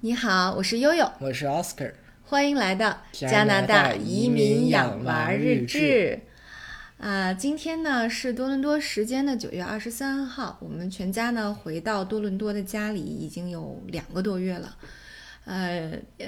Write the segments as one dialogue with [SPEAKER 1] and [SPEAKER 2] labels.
[SPEAKER 1] 你好，我是悠悠，
[SPEAKER 2] 我是 Oscar。
[SPEAKER 1] 欢迎来到
[SPEAKER 2] 加
[SPEAKER 1] 拿
[SPEAKER 2] 拿
[SPEAKER 1] 大
[SPEAKER 2] 大
[SPEAKER 1] 移
[SPEAKER 2] 移
[SPEAKER 1] 民
[SPEAKER 2] 民
[SPEAKER 1] 养
[SPEAKER 2] 养
[SPEAKER 1] 娃
[SPEAKER 2] 娃
[SPEAKER 1] 日志
[SPEAKER 2] 日志。
[SPEAKER 1] 啊，今天呢是多伦多时间的九月二十三号，我们全家呢回到多伦多的家里已经有两个多月了。呃呃，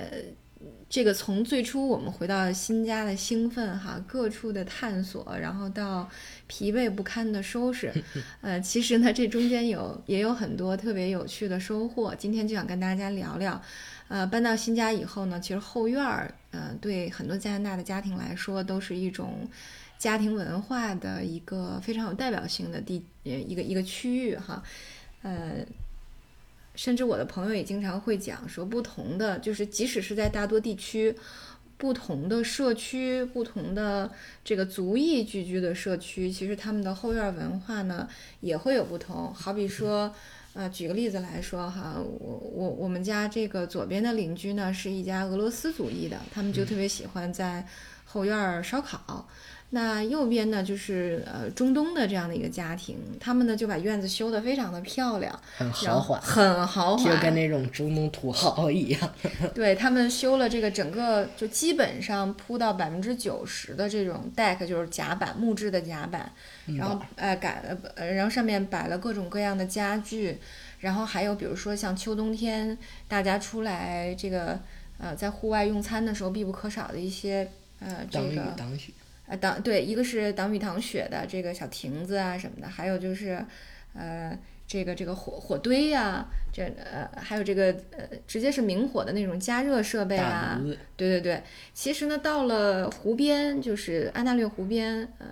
[SPEAKER 1] 这个从最初我们回到新家的兴奋哈，各处的探索，然后到疲惫不堪的收 拾，呃，其实呢这中间有也有很多特别有趣的收获。今天就想跟大家聊聊。呃，搬到新家以后呢，其实后院儿，呃，对很多加拿大的家庭来说，都是一种家庭文化的一个非常有代表性的地，呃一个一个区域哈，呃。甚至我的朋友也经常会讲说，不同的就是，即使是在大多地区，不同的社区、不同的这个族裔聚居的社区，其实他们的后院文化呢也会有不同。好比说，呃，举个例子来说哈，我我我们家这个左边的邻居呢是一家俄罗斯族裔的，他
[SPEAKER 2] 嗯
[SPEAKER 1] 们就特别喜欢在后院儿烧烤。那右边呢就是呃中东的这样的一个家庭，他们呢就把院子修得非常的漂亮，
[SPEAKER 2] 很
[SPEAKER 1] 然后
[SPEAKER 2] 豪华，
[SPEAKER 1] 很豪华，
[SPEAKER 2] 就跟那种中东土豪一样。
[SPEAKER 1] 对他们修了这个整个，就基本上铺到百分之九十的这种 deck，就是甲板，木质的甲板，然后呃改了，呃然后上面摆了各种各样的家具，然后还有比如说像秋冬天大家出来这个呃在户外用餐的时候必不可少的一些呃这
[SPEAKER 2] 挡雨
[SPEAKER 1] 个
[SPEAKER 2] 挡雨，
[SPEAKER 1] 呃，挡对，一个是挡雨挡雪的这个小亭子啊什么的，还有就是，呃，这个这个火火堆呀、这呃，还有这个呃，直接是明火的那种加热设备
[SPEAKER 2] 大
[SPEAKER 1] 啊
[SPEAKER 2] 炉，子
[SPEAKER 1] 对对对。其实呢，到了湖边，就是安大略湖边，呃，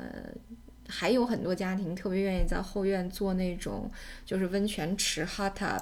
[SPEAKER 1] 还有很多家庭特别愿意在后院做那种就是温泉池 hot tub，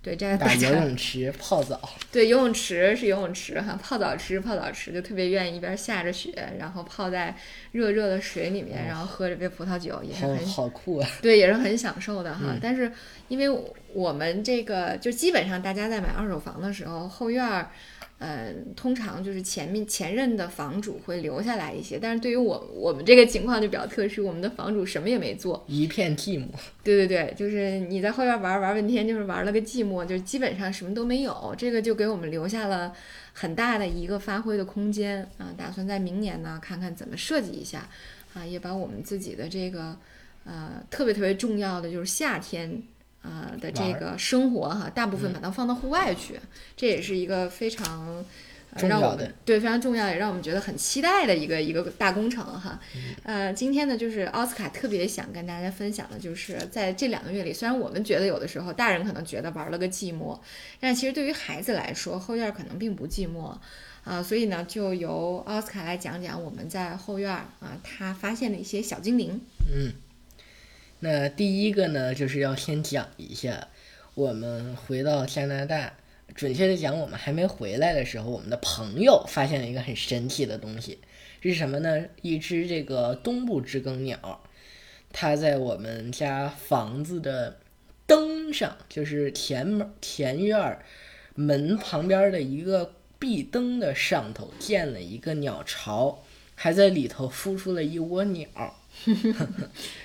[SPEAKER 1] 对，这样
[SPEAKER 2] 把
[SPEAKER 1] 大家
[SPEAKER 2] 游 泳池泡澡，
[SPEAKER 1] 对，游泳池是游泳池哈，泡澡池泡澡池就特别愿意一边下着雪，然后泡在热热的水里面，然后喝着杯葡萄酒，也是
[SPEAKER 2] 好嗯
[SPEAKER 1] 很
[SPEAKER 2] 好酷啊！
[SPEAKER 1] 对，也是很享受的哈。但是因为我们这个就基本上大家在买二手房的时候，后院儿，呃，通常就是前面前任的房主会留下来一些，但是对于我我们这个情况就比较特殊，我们的房主什么也没做，
[SPEAKER 2] 一片寂寞，
[SPEAKER 1] 对对对，就是你在后院玩儿玩儿半天，就是玩儿了个寂寞，就是基本上什么都没有，这个就给我们留下了很大的一个发挥的空间啊。打算在明年呢，看看怎么设计一下啊，也把我们自己的这个呃特别特别重要的就是夏天啊、的这
[SPEAKER 2] 玩儿嗯
[SPEAKER 1] 个生活哈，大部分把它放到户外去，这也是一个非常。呃
[SPEAKER 2] 重
[SPEAKER 1] 让
[SPEAKER 2] 要
[SPEAKER 1] 我
[SPEAKER 2] 的
[SPEAKER 1] 们对非常重要，也让我们觉得很期待的一个一个大工程哈。
[SPEAKER 2] 嗯
[SPEAKER 1] 呃，今天呢，就是奥斯卡特别想跟大家分享的，就是在这两个月里，虽然我们觉得有的时候大人可能觉得玩了个寂寞，但其实对于孩子来说，后院儿可能并不寂寞。啊、所以呢，就由奥斯卡来讲讲我们在后院儿啊、他发现的一些小精灵。
[SPEAKER 2] 嗯，那第一个呢，就是要先讲一下我们回到加拿大，准确的讲，我们还没回来的时候，我们的朋友发现了一个很神奇的东西，是什么呢？一只这个东部知更鸟，它在我们家房子的灯上，就是前门前院儿门旁边的一个壁灯的上头建了一个鸟巢，还在里头孵出了一窝鸟。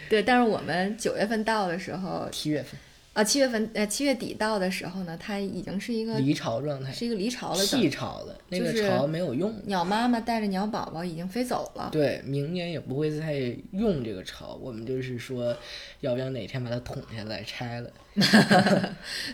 [SPEAKER 1] 对，但是我们九月份到的时候，
[SPEAKER 2] 七月份
[SPEAKER 1] 啊，七月份呃七月底到的时候呢，它已经是一个
[SPEAKER 2] 离巢状态，
[SPEAKER 1] 是一个离巢了的，
[SPEAKER 2] 弃巢了，那
[SPEAKER 1] 就
[SPEAKER 2] 个
[SPEAKER 1] 是
[SPEAKER 2] 巢没有用。
[SPEAKER 1] 鸟妈妈带着鸟宝宝已经飞走了。
[SPEAKER 2] 对，明年也不会再用这个巢，我们就是说，要不要哪天把它捅下来拆了？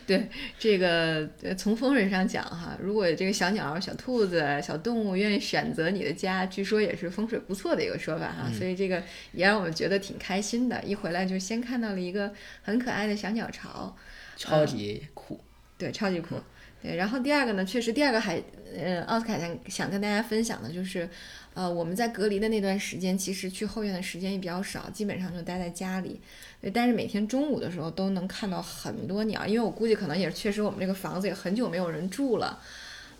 [SPEAKER 1] 对这个，呃从风水上讲哈，如果这个小鸟、小兔子、啊小动物愿意选择你的家，据说也是风水不错的一个说法哈。所以这个也让我们觉得挺开心的，一回来就先看到了一个很可爱的小鸟巢，嗯
[SPEAKER 2] 超级酷，
[SPEAKER 1] 对，超级酷。对，然后第二个呢，确实第二个还，呃，奥斯卡想想跟大家分享的就是，呃，我们在隔离的那段时间，其实去后院的时间也比较少，基本上就待在家里。对，但是每天中午的时候都能看到很多鸟，因为我估计可能也是确实我们这个房子也很久没有人住了，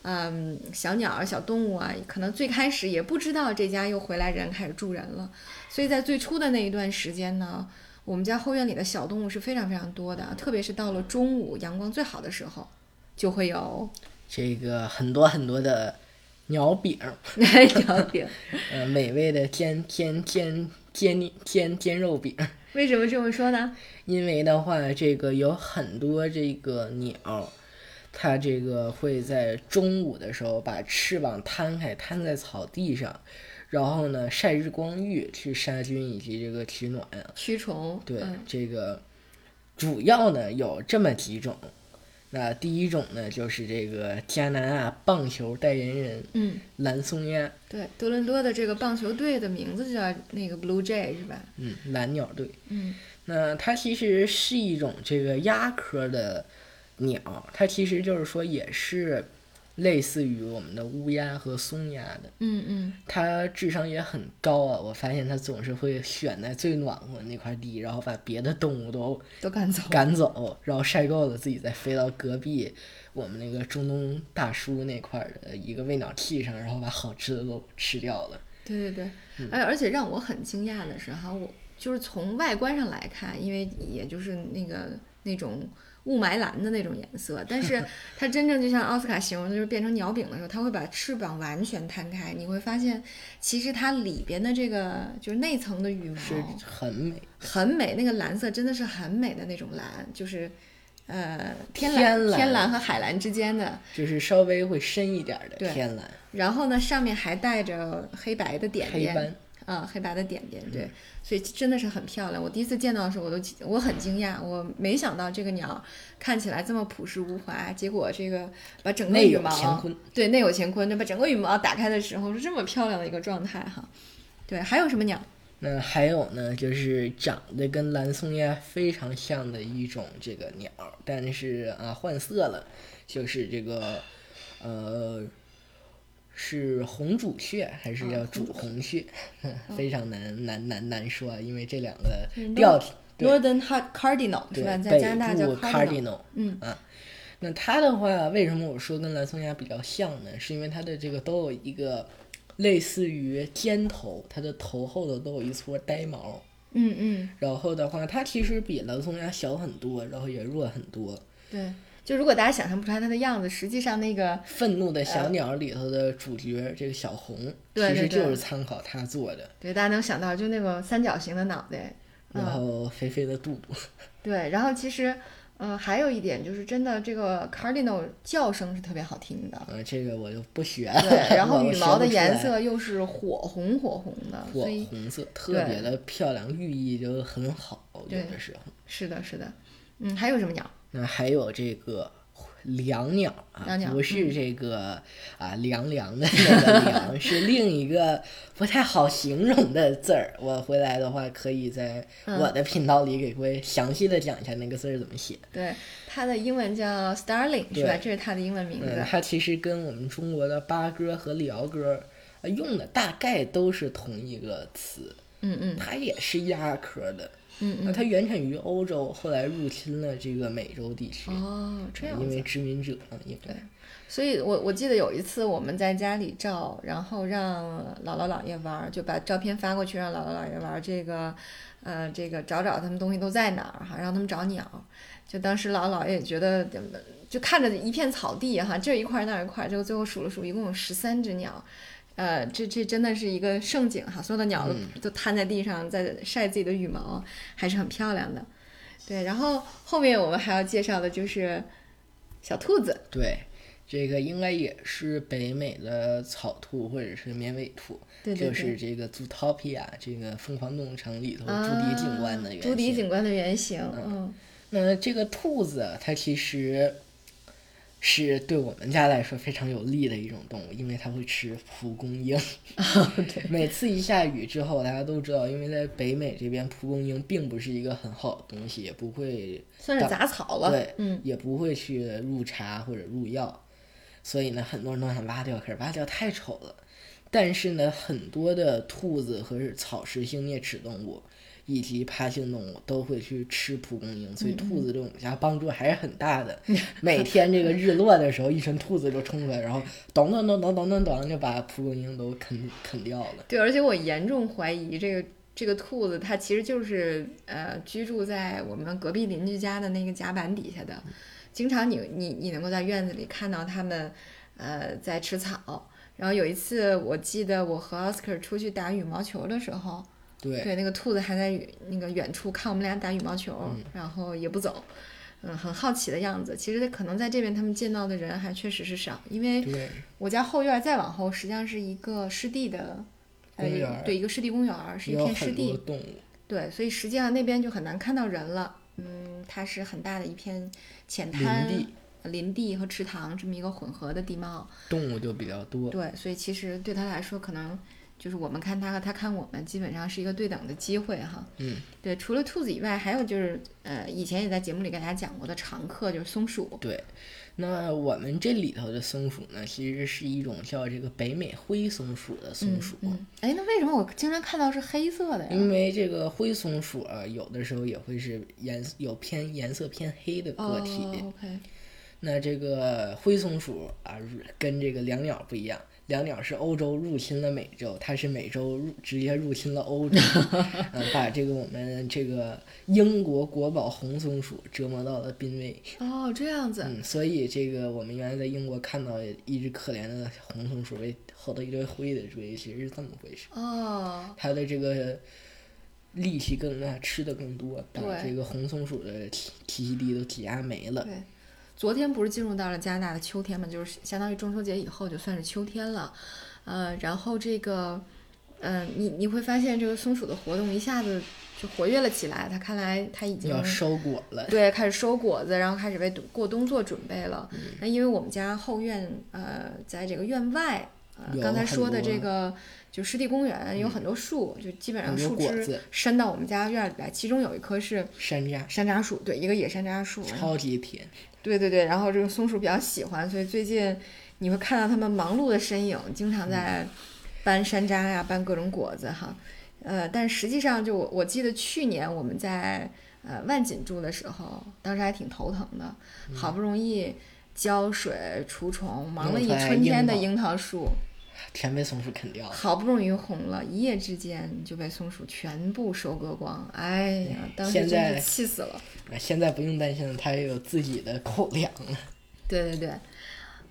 [SPEAKER 1] 嗯，小鸟儿、小动物啊，可能最开始也不知道这家又回来人开始住人了，所以在最初的那一段时间呢，我们家后院里的小动物是非常非常多的，特别是到了中午阳光最好的时候，就会有
[SPEAKER 2] 这个很多很多的鸟饼，
[SPEAKER 1] 鸟饼。
[SPEAKER 2] 呃，美味的煎煎煎煎煎煎肉饼。
[SPEAKER 1] 为什么这么说呢？
[SPEAKER 2] 因为的话，这个有很多这个鸟，它这个会在中午的时候把翅膀摊开，摊在草地上，然后呢晒日光浴去杀菌以及这个取暖。
[SPEAKER 1] 驱虫，
[SPEAKER 2] 对，
[SPEAKER 1] 嗯
[SPEAKER 2] 这个主要呢有这么几种。那第一种呢，就是这个加拿大棒球代言人
[SPEAKER 1] 嗯，
[SPEAKER 2] 蓝松鸦，
[SPEAKER 1] 对，多伦多的这个棒球队的名字就叫那个 Blue Jay 是吧？
[SPEAKER 2] 嗯，蓝鸟队。
[SPEAKER 1] 嗯
[SPEAKER 2] 那它其实是一种这个鸦科的鸟，它其实就是说也是类似于我们的乌鸦和松鸦的。
[SPEAKER 1] 嗯嗯，
[SPEAKER 2] 它智商也很高啊，我发现它总是会选在最暖和那块地，然后把别的动物都
[SPEAKER 1] 都赶走。
[SPEAKER 2] 赶走，然后晒够了自己再飞到隔壁我们那个中东大叔那块儿的一个喂鸟器上，然后把好吃的都吃掉了。
[SPEAKER 1] 对对对，
[SPEAKER 2] 嗯
[SPEAKER 1] 而而且让我很惊讶的是哈，我就是从外观上来看，因为也就是那个那种雾霾蓝的那种颜色，但 是它真正就像奥斯卡形容的，就是变成鸟饼的时候，它会把翅膀完全摊开，你会发现其实它里边的这个就是内层的羽毛
[SPEAKER 2] 是很美，
[SPEAKER 1] 很美，那个蓝色真的是很美的那种蓝，就是。呃，天
[SPEAKER 2] 天蓝
[SPEAKER 1] 天蓝和海蓝之间的，
[SPEAKER 2] 就是稍微会深一点儿的
[SPEAKER 1] 对
[SPEAKER 2] 天蓝
[SPEAKER 1] 然后呢，上面还带着黑白的点
[SPEAKER 2] 黑
[SPEAKER 1] 点，
[SPEAKER 2] 斑。嗯
[SPEAKER 1] 啊，黑白的点点，对，所以真的是很漂亮。我第一次见到的时候，我都我很惊讶，我没想到这个鸟看起来这么朴实无华，结果这个把整个
[SPEAKER 2] 内
[SPEAKER 1] 羽
[SPEAKER 2] 有乾
[SPEAKER 1] 毛，
[SPEAKER 2] 坤，
[SPEAKER 1] 对，内有乾坤，对，把整个羽毛打开的时候是这么漂亮的一个状态哈。对，还有什么鸟？
[SPEAKER 2] 那还有呢，就是长得跟蓝松鸦非常像的一种这个鸟，但是啊换色了，就是这个，呃，是红主雀还
[SPEAKER 1] 啊
[SPEAKER 2] 是叫主红雀？ 非常难难难难说，啊，因为这两个
[SPEAKER 1] 嗯
[SPEAKER 2] 调对
[SPEAKER 1] Northern Har- Cardinal 是
[SPEAKER 2] 对
[SPEAKER 1] 吧？在
[SPEAKER 2] 北
[SPEAKER 1] 加拿大叫
[SPEAKER 2] 部
[SPEAKER 1] Cardinal。
[SPEAKER 2] cardinal
[SPEAKER 1] 嗯
[SPEAKER 2] 啊。那它的话，为什么我说跟蓝松鸦比较像呢？是因为它的这个都有一个类似于尖头，它的头后头都有一撮呆毛。
[SPEAKER 1] 嗯嗯，
[SPEAKER 2] 然后的话，它其实比蓝松鸦小很多，然后也弱很多。
[SPEAKER 1] 对。就如果大家想象不出来它的样子，实际上那个
[SPEAKER 2] 愤怒的小鸟里头的主角这个小红，
[SPEAKER 1] 呃对
[SPEAKER 2] 其实
[SPEAKER 1] 对对
[SPEAKER 2] 就是参考它做的。
[SPEAKER 1] 对大家能想到，就那种三角形的脑袋，嗯
[SPEAKER 2] 然后肥肥的肚肚，
[SPEAKER 1] 对，然后其实，呃，还有一点就是，真的这个 cardinal 叫声是特别好听的，
[SPEAKER 2] 嗯，这个我就不学了。
[SPEAKER 1] 对， 然
[SPEAKER 2] 我
[SPEAKER 1] 后
[SPEAKER 2] 我
[SPEAKER 1] 羽
[SPEAKER 2] 学
[SPEAKER 1] 毛
[SPEAKER 2] 不
[SPEAKER 1] 的
[SPEAKER 2] 出
[SPEAKER 1] 颜
[SPEAKER 2] 来
[SPEAKER 1] 色又是火红火红的，
[SPEAKER 2] 火
[SPEAKER 1] 所以
[SPEAKER 2] 红色，特
[SPEAKER 1] 对
[SPEAKER 2] 别的漂亮，寓意就很好，有
[SPEAKER 1] 对
[SPEAKER 2] 的时候。
[SPEAKER 1] 是的，是的，嗯，还有什么鸟？
[SPEAKER 2] 那还有这个凉鸟啊，
[SPEAKER 1] 椋鸟嗯
[SPEAKER 2] 不是这个、啊凉凉的那 个凉，是另一个不太好形容的字儿。我回来的话，可以在
[SPEAKER 1] 嗯
[SPEAKER 2] 我的频道里给各位详细的讲一下那个字儿怎么写。
[SPEAKER 1] 对，它的英文叫 starling 是吧？
[SPEAKER 2] 对
[SPEAKER 1] 这是它的英文名
[SPEAKER 2] 嗯
[SPEAKER 1] 字，。
[SPEAKER 2] 它其实跟我们中国的八哥和鹩哥。呃用的大概都是同一个词，
[SPEAKER 1] 嗯嗯
[SPEAKER 2] 它也是鸦科的，
[SPEAKER 1] 嗯
[SPEAKER 2] 那它原产于欧洲，后来入侵了这个美洲地区，
[SPEAKER 1] 嗯，哦，这样
[SPEAKER 2] 因
[SPEAKER 1] 子。
[SPEAKER 2] 为殖民者嘛，应该
[SPEAKER 1] 对所以我我记得有一次我们在家里照，然后让姥姥姥爷玩儿，就把照片发过去让姥姥姥爷玩儿这个，呃，这个找找他们东西都在哪儿哈，让他们找鸟。就当时姥姥姥爷也觉得，嗯就看着一片草地哈，这一块儿那一块儿，就最后数了数，一共有十三只鸟。呃，这这真的是一个盛景哈，所有的鸟
[SPEAKER 2] 嗯
[SPEAKER 1] 都都摊在地上，在晒自己的羽毛，还是很漂亮的。对，然后后面我们还要介绍的就是小兔子，
[SPEAKER 2] 对，这个应该也是北美的草兔或者是绵尾兔，
[SPEAKER 1] 对对对。
[SPEAKER 2] 就是这个 Zootopia 这个《疯狂动物城》里头朱迪警官的
[SPEAKER 1] 啊
[SPEAKER 2] 原型。
[SPEAKER 1] 朱迪警官的原型，嗯，
[SPEAKER 2] 那这个兔子啊它其实是对我们家来说非常有利的一种动物，因为它会吃蒲公英。
[SPEAKER 1] 啊
[SPEAKER 2] 每次一下雨之后，大家都知道，因为在北美这边蒲公英并不是一个很好的东西，也不会
[SPEAKER 1] 算是杂草了，
[SPEAKER 2] 对，
[SPEAKER 1] 嗯，
[SPEAKER 2] 也不会去入茶或者入药，所以呢，很多人都想挖掉，可是挖掉太丑了。但是呢，很多的兔子和草食性啮齿动物以及爬行动物都会去吃蒲公英，
[SPEAKER 1] 嗯
[SPEAKER 2] 所以兔子对我们家帮助还是很大 的。每天这个日落的时候，一群兔子就冲出来，然后咚咚咚咚咚咚咚就把蒲公英都啃啃掉了。
[SPEAKER 1] 对，而且我严重怀疑这个这个兔子，它其实就是呃居住在我们隔壁邻居家的那个甲板底下的，
[SPEAKER 2] 嗯
[SPEAKER 1] 经常你你你能够在院子里看到它们，呃在吃草。然后有一次，我记得我和奥斯卡出去打羽毛球的时候，
[SPEAKER 2] 对，嗯
[SPEAKER 1] 对，那个兔子还在那个远处看我们俩打羽毛球，然后也不走。嗯，很好奇的样子。其实可能在这边他们见到的人还确实是少，因为
[SPEAKER 2] 对，
[SPEAKER 1] 我家后院再往后实际上是一个湿地的，呃
[SPEAKER 2] 公园儿，
[SPEAKER 1] 对，一个湿地公园儿，是一
[SPEAKER 2] 有
[SPEAKER 1] 片湿
[SPEAKER 2] 很
[SPEAKER 1] 地
[SPEAKER 2] 多，动物，
[SPEAKER 1] 对，所以实际上那边就很难看到人了。嗯，它是很大的一片浅滩、
[SPEAKER 2] 林地
[SPEAKER 1] 呃林地和池塘这么一个混合的地貌。
[SPEAKER 2] 动物就比较多。
[SPEAKER 1] 对，所以其实对他来说，可能就是我们看他和他看我们，基本上是一个对等的机会哈。
[SPEAKER 2] 嗯，
[SPEAKER 1] 对，除了兔子以外，还有就是呃，以前也在节目里给大家讲过的常客就是松鼠。
[SPEAKER 2] 对，那我们这里头的松鼠呢，其实是一种叫这个北美灰松鼠的松鼠，
[SPEAKER 1] 嗯，哎，那为什么我经常看到是黑色的呀？
[SPEAKER 2] 因为这个灰松鼠啊，有的时候也会是颜有偏颜色偏黑的个体。
[SPEAKER 1] 哦，OK，
[SPEAKER 2] 那这个灰松鼠啊，入跟这个椋鸟不一样，椋鸟是欧洲入侵了美洲，它是美洲入直接入侵了 欧洲，嗯，把这个我们这个英国国宝红松鼠折磨到了濒危。
[SPEAKER 1] 哦，这样子，
[SPEAKER 2] 嗯，所以这个我们原来在英国看到一只可怜的红松鼠被后头一堆灰的追，其实是这么回事。
[SPEAKER 1] 哦，
[SPEAKER 2] 它的这个力气更大，吃的更多，把
[SPEAKER 1] 对
[SPEAKER 2] 这个红松鼠的栖栖息地都挤压没了。
[SPEAKER 1] 对。昨天不是进入到了加拿大的秋天嘛，就是相当于中秋节以后就算是秋天了，呃，然后这个，呃，你你会发现这个松鼠的活动一下子就活跃了起来，它看来它已经
[SPEAKER 2] 要收果了，
[SPEAKER 1] 对，开始收果子，然后开始为过冬做准备了。
[SPEAKER 2] 嗯
[SPEAKER 1] 那因为我们家后院，呃，在这个院外，呃，
[SPEAKER 2] 有
[SPEAKER 1] 刚才
[SPEAKER 2] 很
[SPEAKER 1] 说的
[SPEAKER 2] 多嗯
[SPEAKER 1] 这个就湿地公园有很多树，就基本上
[SPEAKER 2] 很多
[SPEAKER 1] 树
[SPEAKER 2] 果
[SPEAKER 1] 枝
[SPEAKER 2] 子
[SPEAKER 1] 伸到我们家院里来，其中有一棵是
[SPEAKER 2] 山楂
[SPEAKER 1] 山楂树，对，一个野山楂树。
[SPEAKER 2] 超级甜，
[SPEAKER 1] 对对对，然后这个松鼠比较喜欢，所以最近你会看到它们忙碌的身影，经常
[SPEAKER 2] 嗯
[SPEAKER 1] 在搬山楂呀、搬各种果子哈。呃，但实际上就我我记得去年我们在呃万锦住的时候，当时还挺头疼的，
[SPEAKER 2] 嗯
[SPEAKER 1] 好不容易浇水除虫，忙了一
[SPEAKER 2] 弄出来
[SPEAKER 1] 春天的
[SPEAKER 2] 樱哦
[SPEAKER 1] 樱桃树，
[SPEAKER 2] 全被松鼠啃掉了。
[SPEAKER 1] 好不容易红了，一夜之间就被松鼠全部收割光，哎呀，当时
[SPEAKER 2] 现
[SPEAKER 1] 真
[SPEAKER 2] 在
[SPEAKER 1] 是气死了。
[SPEAKER 2] 啊，现在不用担心了，它也有自己的口粮了。
[SPEAKER 1] 对对对，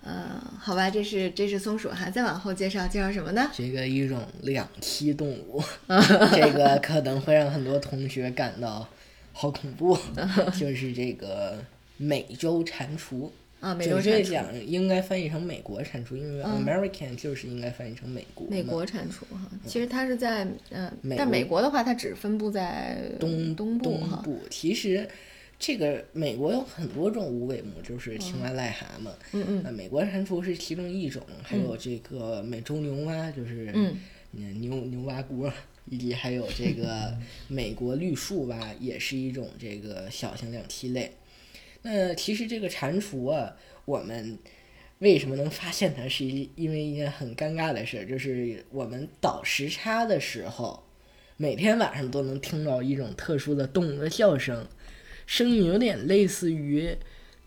[SPEAKER 1] 呃，好吧，这是这是松鼠哈，再往后介绍介绍什么呢？
[SPEAKER 2] 这个一种两栖动物，
[SPEAKER 1] 啊
[SPEAKER 2] 这个可能会让很多同学感到好恐 怖，就是这个美洲蟾蜍。
[SPEAKER 1] 啊，美洲
[SPEAKER 2] 准
[SPEAKER 1] 蟾
[SPEAKER 2] 确
[SPEAKER 1] 蜍，啊
[SPEAKER 2] 讲，应该翻译成美国蟾蜍，因为 American 就是应该翻译成美国嘛。
[SPEAKER 1] 美国蟾蜍哈，其实它是在呃
[SPEAKER 2] 嗯美，
[SPEAKER 1] 但
[SPEAKER 2] 国
[SPEAKER 1] 美国的话，它只分布在
[SPEAKER 2] 东
[SPEAKER 1] 东部
[SPEAKER 2] 东
[SPEAKER 1] 哈，
[SPEAKER 2] 部，其实这个美国有很多种无尾目，就是青蛙、癞蛤蟆。
[SPEAKER 1] 嗯嗯
[SPEAKER 2] 呃，美国蟾蜍是其中一种，还有这个美洲牛蛙，就是
[SPEAKER 1] 嗯
[SPEAKER 2] 嗯牛牛蛙锅，以及还有这 个美国绿树蛙，也是一种这个小型两栖类。那其实这个蟾蜍啊，我们为什么能发现它，是一因为一件很尴尬的事儿，就是我们倒时差的时候，每天晚上都能听到一种特殊的动物的叫声，声音有点类似于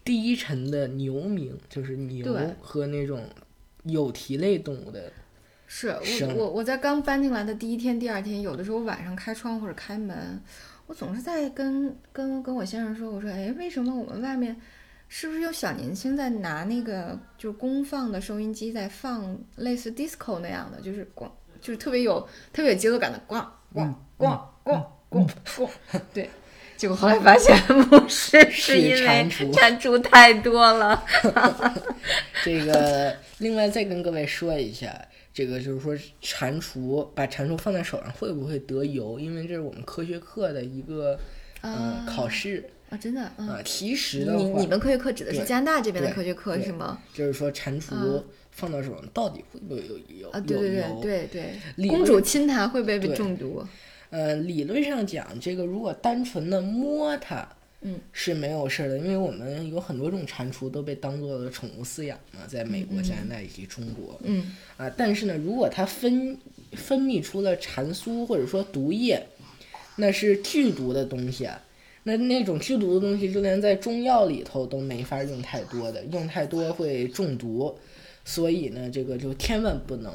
[SPEAKER 2] 低沉的牛鸣，就是牛
[SPEAKER 1] 对
[SPEAKER 2] 和那种有蹄类动物的。
[SPEAKER 1] 是我
[SPEAKER 2] 生
[SPEAKER 1] 我我在刚搬进来的第一天、第二天，有的时候晚上开窗或者开门，我总是在跟跟跟我先生说，我说，哎，为什么我们外面是不是有小年轻在拿那个就是公放的收音机在放类似 disco 那样的，就是咣，就是特别有特别有节奏感的咣
[SPEAKER 2] 嗯
[SPEAKER 1] 咣咣咣咣咣， 对。结果后来发现不是，
[SPEAKER 2] 是
[SPEAKER 1] 因为
[SPEAKER 2] 蟾蜍
[SPEAKER 1] 蟾蜍太多 了。
[SPEAKER 2] 这 个，另外再跟各位说一下，这个就是说蟾蜍，把蟾蜍放在手上会不会得油？因为这是我们科学课的一个呃
[SPEAKER 1] 啊
[SPEAKER 2] 考试
[SPEAKER 1] 啊，真的，嗯，
[SPEAKER 2] 啊。其实的
[SPEAKER 1] 你
[SPEAKER 2] 话
[SPEAKER 1] 你，们科学课指的是
[SPEAKER 2] 对
[SPEAKER 1] 加拿大这边的
[SPEAKER 2] 对
[SPEAKER 1] 科学课
[SPEAKER 2] 对
[SPEAKER 1] 是吗？
[SPEAKER 2] 就是说蟾蜍放到手上到底会不会有油？
[SPEAKER 1] 啊啊，对对
[SPEAKER 2] 有油
[SPEAKER 1] 对对对，
[SPEAKER 2] 理
[SPEAKER 1] 公
[SPEAKER 2] 论
[SPEAKER 1] 主亲她会不会被
[SPEAKER 2] 对
[SPEAKER 1] 中毒？
[SPEAKER 2] 呃，理论上讲，这个如果单纯的摸它，
[SPEAKER 1] 嗯，
[SPEAKER 2] 是没有事儿的，因为我们有很多种蟾蜍都被当做了宠物饲养嘛，在美国、加拿大以及中国，
[SPEAKER 1] 嗯，
[SPEAKER 2] 啊，但是呢，如果它分分泌出了蟾酥或者说毒液，那是剧毒的东西啊。那那种剧毒的东西，就连在中药里头都没法用太多的，用太多会中毒。所以呢，这个就千万不能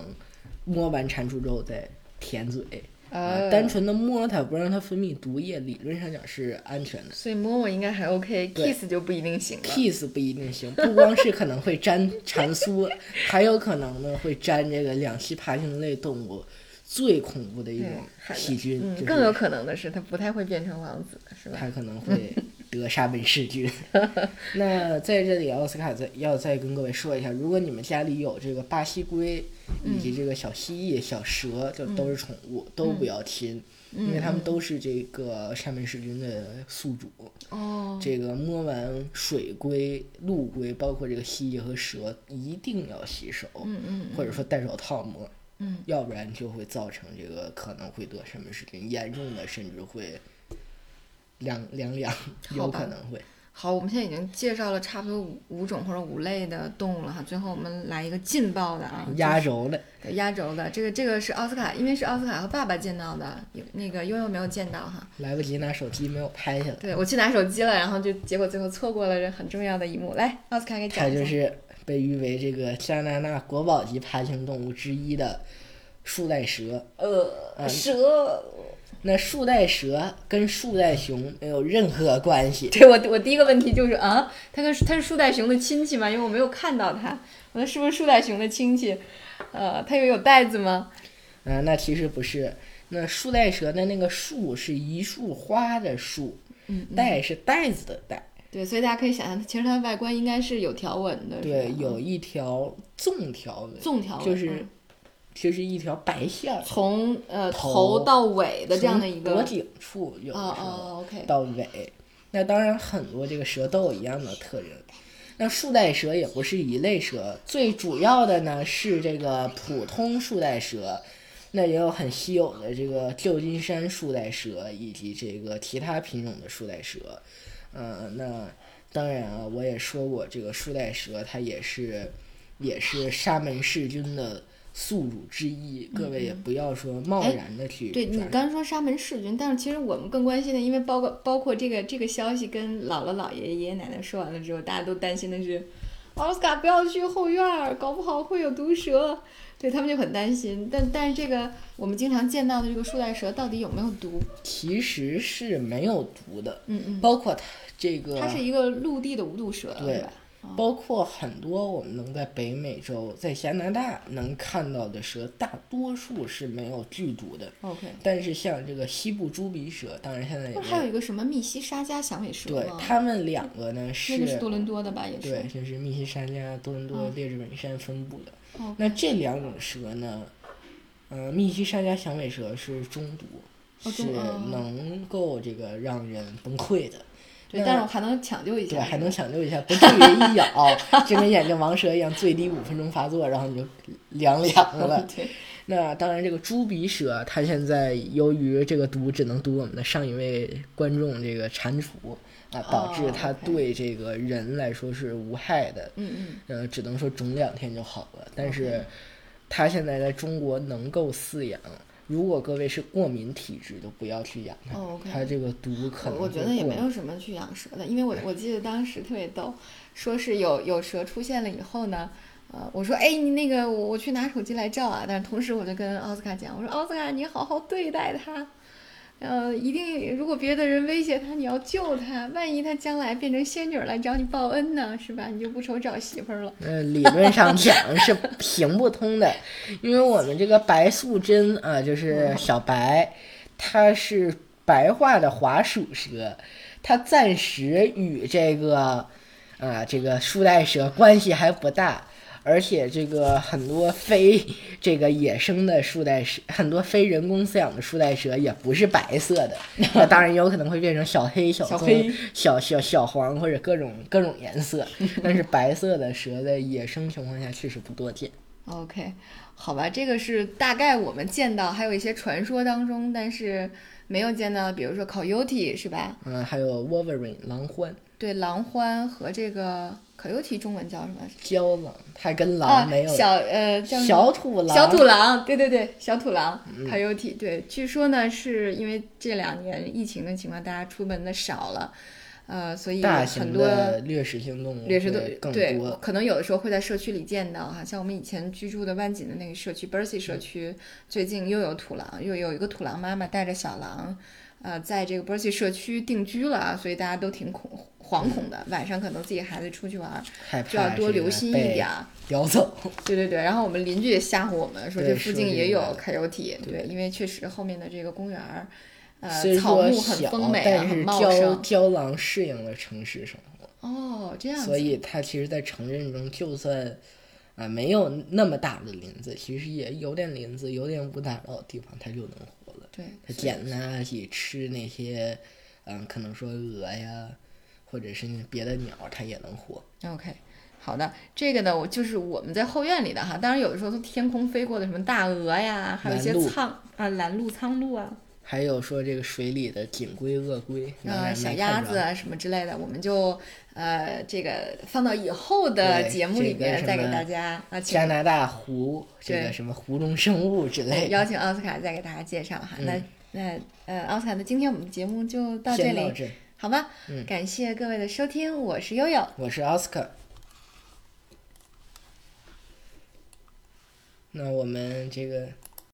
[SPEAKER 2] 摸完蟾蜍之后再舔嘴。啊，单纯的摸它，不让它分泌毒液，理论上讲是安全的。
[SPEAKER 1] 所以摸摸应该还 OK，kiss
[SPEAKER 2] 对
[SPEAKER 1] 就不一定行了。
[SPEAKER 2] kiss 不一定行，不光是可能会沾蟾酥， 还有可能呢会沾这个两栖爬行类动物最恐怖的一种
[SPEAKER 1] 对还有
[SPEAKER 2] 细菌，
[SPEAKER 1] 嗯，
[SPEAKER 2] 就是
[SPEAKER 1] 更有可能的是，它不太会变成王子，是吧？
[SPEAKER 2] 它可能会得沙门氏菌。 那在这里，奥斯卡再要再跟各位说一下，如果你们家里有这个巴西龟以及这个小蜥蜴、小蛇，就都是宠物，都不要
[SPEAKER 1] 嗯
[SPEAKER 2] 亲，因为它们都是这个沙门氏菌的宿主。
[SPEAKER 1] 哦，
[SPEAKER 2] 这个摸完水龟、陆龟，包括这个蜥蜴和蛇，一定要洗手，
[SPEAKER 1] 嗯嗯
[SPEAKER 2] 或者说戴手套摸，
[SPEAKER 1] 嗯，
[SPEAKER 2] 要不然就会造成这个可能会得什么事情，严重的甚至会两两两，有
[SPEAKER 1] 好吧
[SPEAKER 2] 可能会。
[SPEAKER 1] 好，我们现在已经介绍了差不多五五种或者五类的动物了哈，最后我们来一个劲爆的啊，
[SPEAKER 2] 压轴的，
[SPEAKER 1] 对压轴的，这个这个是奥斯卡，因为是奥斯卡和爸爸见到的，有那个悠悠没有见到哈。
[SPEAKER 2] 来不及拿手机，没有拍下来。
[SPEAKER 1] 对我去拿手机了，然后就结果最后错过了这很重要的一幕。来，奥斯卡给讲
[SPEAKER 2] 它
[SPEAKER 1] 一下。
[SPEAKER 2] 就是被誉为这个加拿大国宝级爬行动物之一的树袋蛇。嗯
[SPEAKER 1] 呃，蛇。
[SPEAKER 2] 那树袋蛇跟树袋熊没有任何关系，
[SPEAKER 1] 对我我第一个问题就是啊，它跟它是树袋熊的亲戚吗？因为我没有看到它，我说是不是树袋熊的亲戚？呃，它又有袋子吗？
[SPEAKER 2] 啊，那其实不是。那树袋蛇的那个树是一束花的树，
[SPEAKER 1] 嗯
[SPEAKER 2] 袋是袋子的袋，
[SPEAKER 1] 对，所以大家可以想象，其实它的外观应该是有条纹的，是吧嗯
[SPEAKER 2] 对，有一条纵条纹，
[SPEAKER 1] 纵条纹，
[SPEAKER 2] 就是、
[SPEAKER 1] 嗯
[SPEAKER 2] 就是一条白线儿，
[SPEAKER 1] 从呃
[SPEAKER 2] 头
[SPEAKER 1] 头到尾的这样的一
[SPEAKER 2] 从脖
[SPEAKER 1] 个。
[SPEAKER 2] 颈处有
[SPEAKER 1] 哦
[SPEAKER 2] 的时候
[SPEAKER 1] 哦，OK，
[SPEAKER 2] 到尾。那当然，很多这个蛇都有一样的特征。那树袋蛇也不是一类蛇，最主要的呢是这个普通树袋蛇，那也有很稀有的这个旧金山树袋蛇以及这个其他品种的树袋蛇。呃，那当然啊，我也说过，这个树袋蛇它也是也是沙门氏菌的宿主之一，各位也不要说贸
[SPEAKER 1] 嗯哎
[SPEAKER 2] 然的去
[SPEAKER 1] 对你
[SPEAKER 2] 抓
[SPEAKER 1] 刚说沙门氏菌，但是其实我们更关心的，因为包括包括这个这个消息跟姥姥、姥爷、爷爷奶奶说完了之后，大家都担心的是，奥斯卡不要去后院儿，搞不好会有毒蛇。对他们就很担心，但但是这个我们经常见到的这个树袋蛇到底有没有毒？
[SPEAKER 2] 其实是没有毒的，
[SPEAKER 1] 嗯嗯，
[SPEAKER 2] 包括它这个，
[SPEAKER 1] 它是一个陆地的无毒蛇，
[SPEAKER 2] 啊对
[SPEAKER 1] 对吧？
[SPEAKER 2] 包括很多我们能在北美洲、在加拿大能看到的蛇，大多数是没有剧毒的。
[SPEAKER 1] OK，
[SPEAKER 2] 但是像这个西部猪鼻蛇，当然现在也
[SPEAKER 1] 不
[SPEAKER 2] 没
[SPEAKER 1] 是还有
[SPEAKER 2] 有。
[SPEAKER 1] 一个什么密西沙加响尾蛇
[SPEAKER 2] 对
[SPEAKER 1] 吗？
[SPEAKER 2] 它们两个呢
[SPEAKER 1] 那
[SPEAKER 2] 是
[SPEAKER 1] 个是多伦多的吧？也是。嗯
[SPEAKER 2] 对，就是密西沙加、多伦多、列治文山分布的。
[SPEAKER 1] 哦
[SPEAKER 2] 那这两种蛇呢，呃，密西沙加响尾蛇是中毒，
[SPEAKER 1] 哦
[SPEAKER 2] 是
[SPEAKER 1] 中哦
[SPEAKER 2] 能够这个让人崩溃的。
[SPEAKER 1] 对，
[SPEAKER 2] 那
[SPEAKER 1] 但是我还能抢救一下。。
[SPEAKER 2] 对，还能抢救一下，不至于一咬就跟眼镜王蛇一样，最低五分钟发作，然后你就凉凉了
[SPEAKER 1] 对，
[SPEAKER 2] 那当然，这个猪鼻蛇它现在由于这个毒只能毒我们的上一位观众这个蟾蜍啊，导致
[SPEAKER 1] 哦
[SPEAKER 2] 它
[SPEAKER 1] ，OK
[SPEAKER 2] 对这个人来说是无害的，
[SPEAKER 1] 嗯嗯。
[SPEAKER 2] 呃，只能说肿两天就好了。但是它现在在中国能够饲养。如果各位是过敏体质，就不要去养它，
[SPEAKER 1] 哦，OK
[SPEAKER 2] 它这个毒可能
[SPEAKER 1] 我我
[SPEAKER 2] 会
[SPEAKER 1] 觉得也
[SPEAKER 2] 过
[SPEAKER 1] 没
[SPEAKER 2] 敏
[SPEAKER 1] 有什么去养蛇的，因为我我记得当时特别逗，说是有有蛇出现了以后呢，呃，我说哎你那个我我去拿手机来照啊，但是同时我就跟奥斯卡讲，我说奥斯卡你好好对待它，呃，一定如果别的人威胁它，你要救它，万一它将来变成仙女儿来找你报恩呢，是吧？你就不愁找媳妇儿了。
[SPEAKER 2] 呃，理论上讲是行不通的，因为我们这个白素贞啊，就是小白，它是白化的滑鼠蛇，它暂时与这个啊这个树袋蛇关系还不大，而且这个很多非这个野生的树袋蛇，很多非人工饲养的树袋蛇也不是白色 的，那当然有可能会变成小黑、小
[SPEAKER 1] 小
[SPEAKER 2] 棕
[SPEAKER 1] 黑
[SPEAKER 2] 小小小黄或者各种各种颜色，但是白色的蛇在野生情况下确实不多见。
[SPEAKER 1] OK，好吧，这个是大概我们见到，还有一些传说当中，但是没有见到，比如说 coyote 是吧？
[SPEAKER 2] 嗯，还有 Wolverine 狼獾、
[SPEAKER 1] 对，狼獾和这个 coyote 中文叫什么？
[SPEAKER 2] 郊狼，它跟
[SPEAKER 1] 啊
[SPEAKER 2] 狼没，有、
[SPEAKER 1] 小呃叫什么
[SPEAKER 2] 小土狼，嗯
[SPEAKER 1] 小土狼，对对对，小土狼 coyote。对，据说呢，是因为这两年疫情的情况，大家出门的少了，呃，所以
[SPEAKER 2] 大型
[SPEAKER 1] 很多
[SPEAKER 2] 的掠食性动物
[SPEAKER 1] 掠食
[SPEAKER 2] 会
[SPEAKER 1] 动
[SPEAKER 2] 更
[SPEAKER 1] 对
[SPEAKER 2] 多，。
[SPEAKER 1] 可能有的时候会在社区里见到哈，像我们以前居住的万锦的那个社区 b e r s y 社
[SPEAKER 2] 嗯
[SPEAKER 1] 区，最近又有土狼，又有一个土狼妈妈带着小狼，呃，在这个 b e r s y 社区定居了啊，所以大家都挺恐惶恐
[SPEAKER 2] 嗯
[SPEAKER 1] 的，晚上可能自己孩子出去玩儿
[SPEAKER 2] 害怕
[SPEAKER 1] 就要多
[SPEAKER 2] 这个
[SPEAKER 1] 留心一
[SPEAKER 2] 被
[SPEAKER 1] 点儿。
[SPEAKER 2] 叼走。
[SPEAKER 1] 对对对，然后我们邻居也吓唬我们说
[SPEAKER 2] 对
[SPEAKER 1] 这附
[SPEAKER 2] 说
[SPEAKER 1] 近
[SPEAKER 2] 这
[SPEAKER 1] 也
[SPEAKER 2] 个
[SPEAKER 1] 有 coyote，对，因为确实后面的这个公园儿，呃
[SPEAKER 2] 虽
[SPEAKER 1] 草
[SPEAKER 2] 说
[SPEAKER 1] 木很
[SPEAKER 2] 小
[SPEAKER 1] 丰美啊，
[SPEAKER 2] 但
[SPEAKER 1] 很
[SPEAKER 2] 是
[SPEAKER 1] 茂
[SPEAKER 2] 胶
[SPEAKER 1] 盛。
[SPEAKER 2] 胶囊适应了城市生活，
[SPEAKER 1] 哦，这样子。
[SPEAKER 2] 所以它其实，在城镇中，就算啊、没有那么大的林子，其实也有点林子，有点无打扰的地方，它就能活了。
[SPEAKER 1] 对，
[SPEAKER 2] 它捡垃圾，吃那些，嗯，可能说鹅呀，或者是别的鸟，它也能活。
[SPEAKER 1] OK，好的，这个呢，我就是我们在后院里的哈，当然有的时候从天空飞过的什么大鹅呀，还有一些
[SPEAKER 2] 拦路
[SPEAKER 1] 苍啊拦路苍鹭啊，
[SPEAKER 2] 还有说这个水里的锦龟、鳄龟，当
[SPEAKER 1] 呃
[SPEAKER 2] 然
[SPEAKER 1] 小
[SPEAKER 2] 没
[SPEAKER 1] 鸭
[SPEAKER 2] 看着
[SPEAKER 1] 子啊什么之类的，我们就呃这个放到以后的
[SPEAKER 2] 对
[SPEAKER 1] 节目
[SPEAKER 2] 这
[SPEAKER 1] 里
[SPEAKER 2] 个
[SPEAKER 1] 面
[SPEAKER 2] 什
[SPEAKER 1] 再给
[SPEAKER 2] 么
[SPEAKER 1] 大家啊，请
[SPEAKER 2] 加拿大湖这
[SPEAKER 1] 对
[SPEAKER 2] 个什么湖中生物之类的。
[SPEAKER 1] 邀请奥斯卡再给大家介绍
[SPEAKER 2] 嗯
[SPEAKER 1] 哈。那那呃，奥斯卡的今天我们的节目就到这
[SPEAKER 2] 先
[SPEAKER 1] 里，
[SPEAKER 2] 到这，嗯
[SPEAKER 1] 好吧？感谢各位的收听，我是悠悠。
[SPEAKER 2] 我是奥斯卡。那我们这个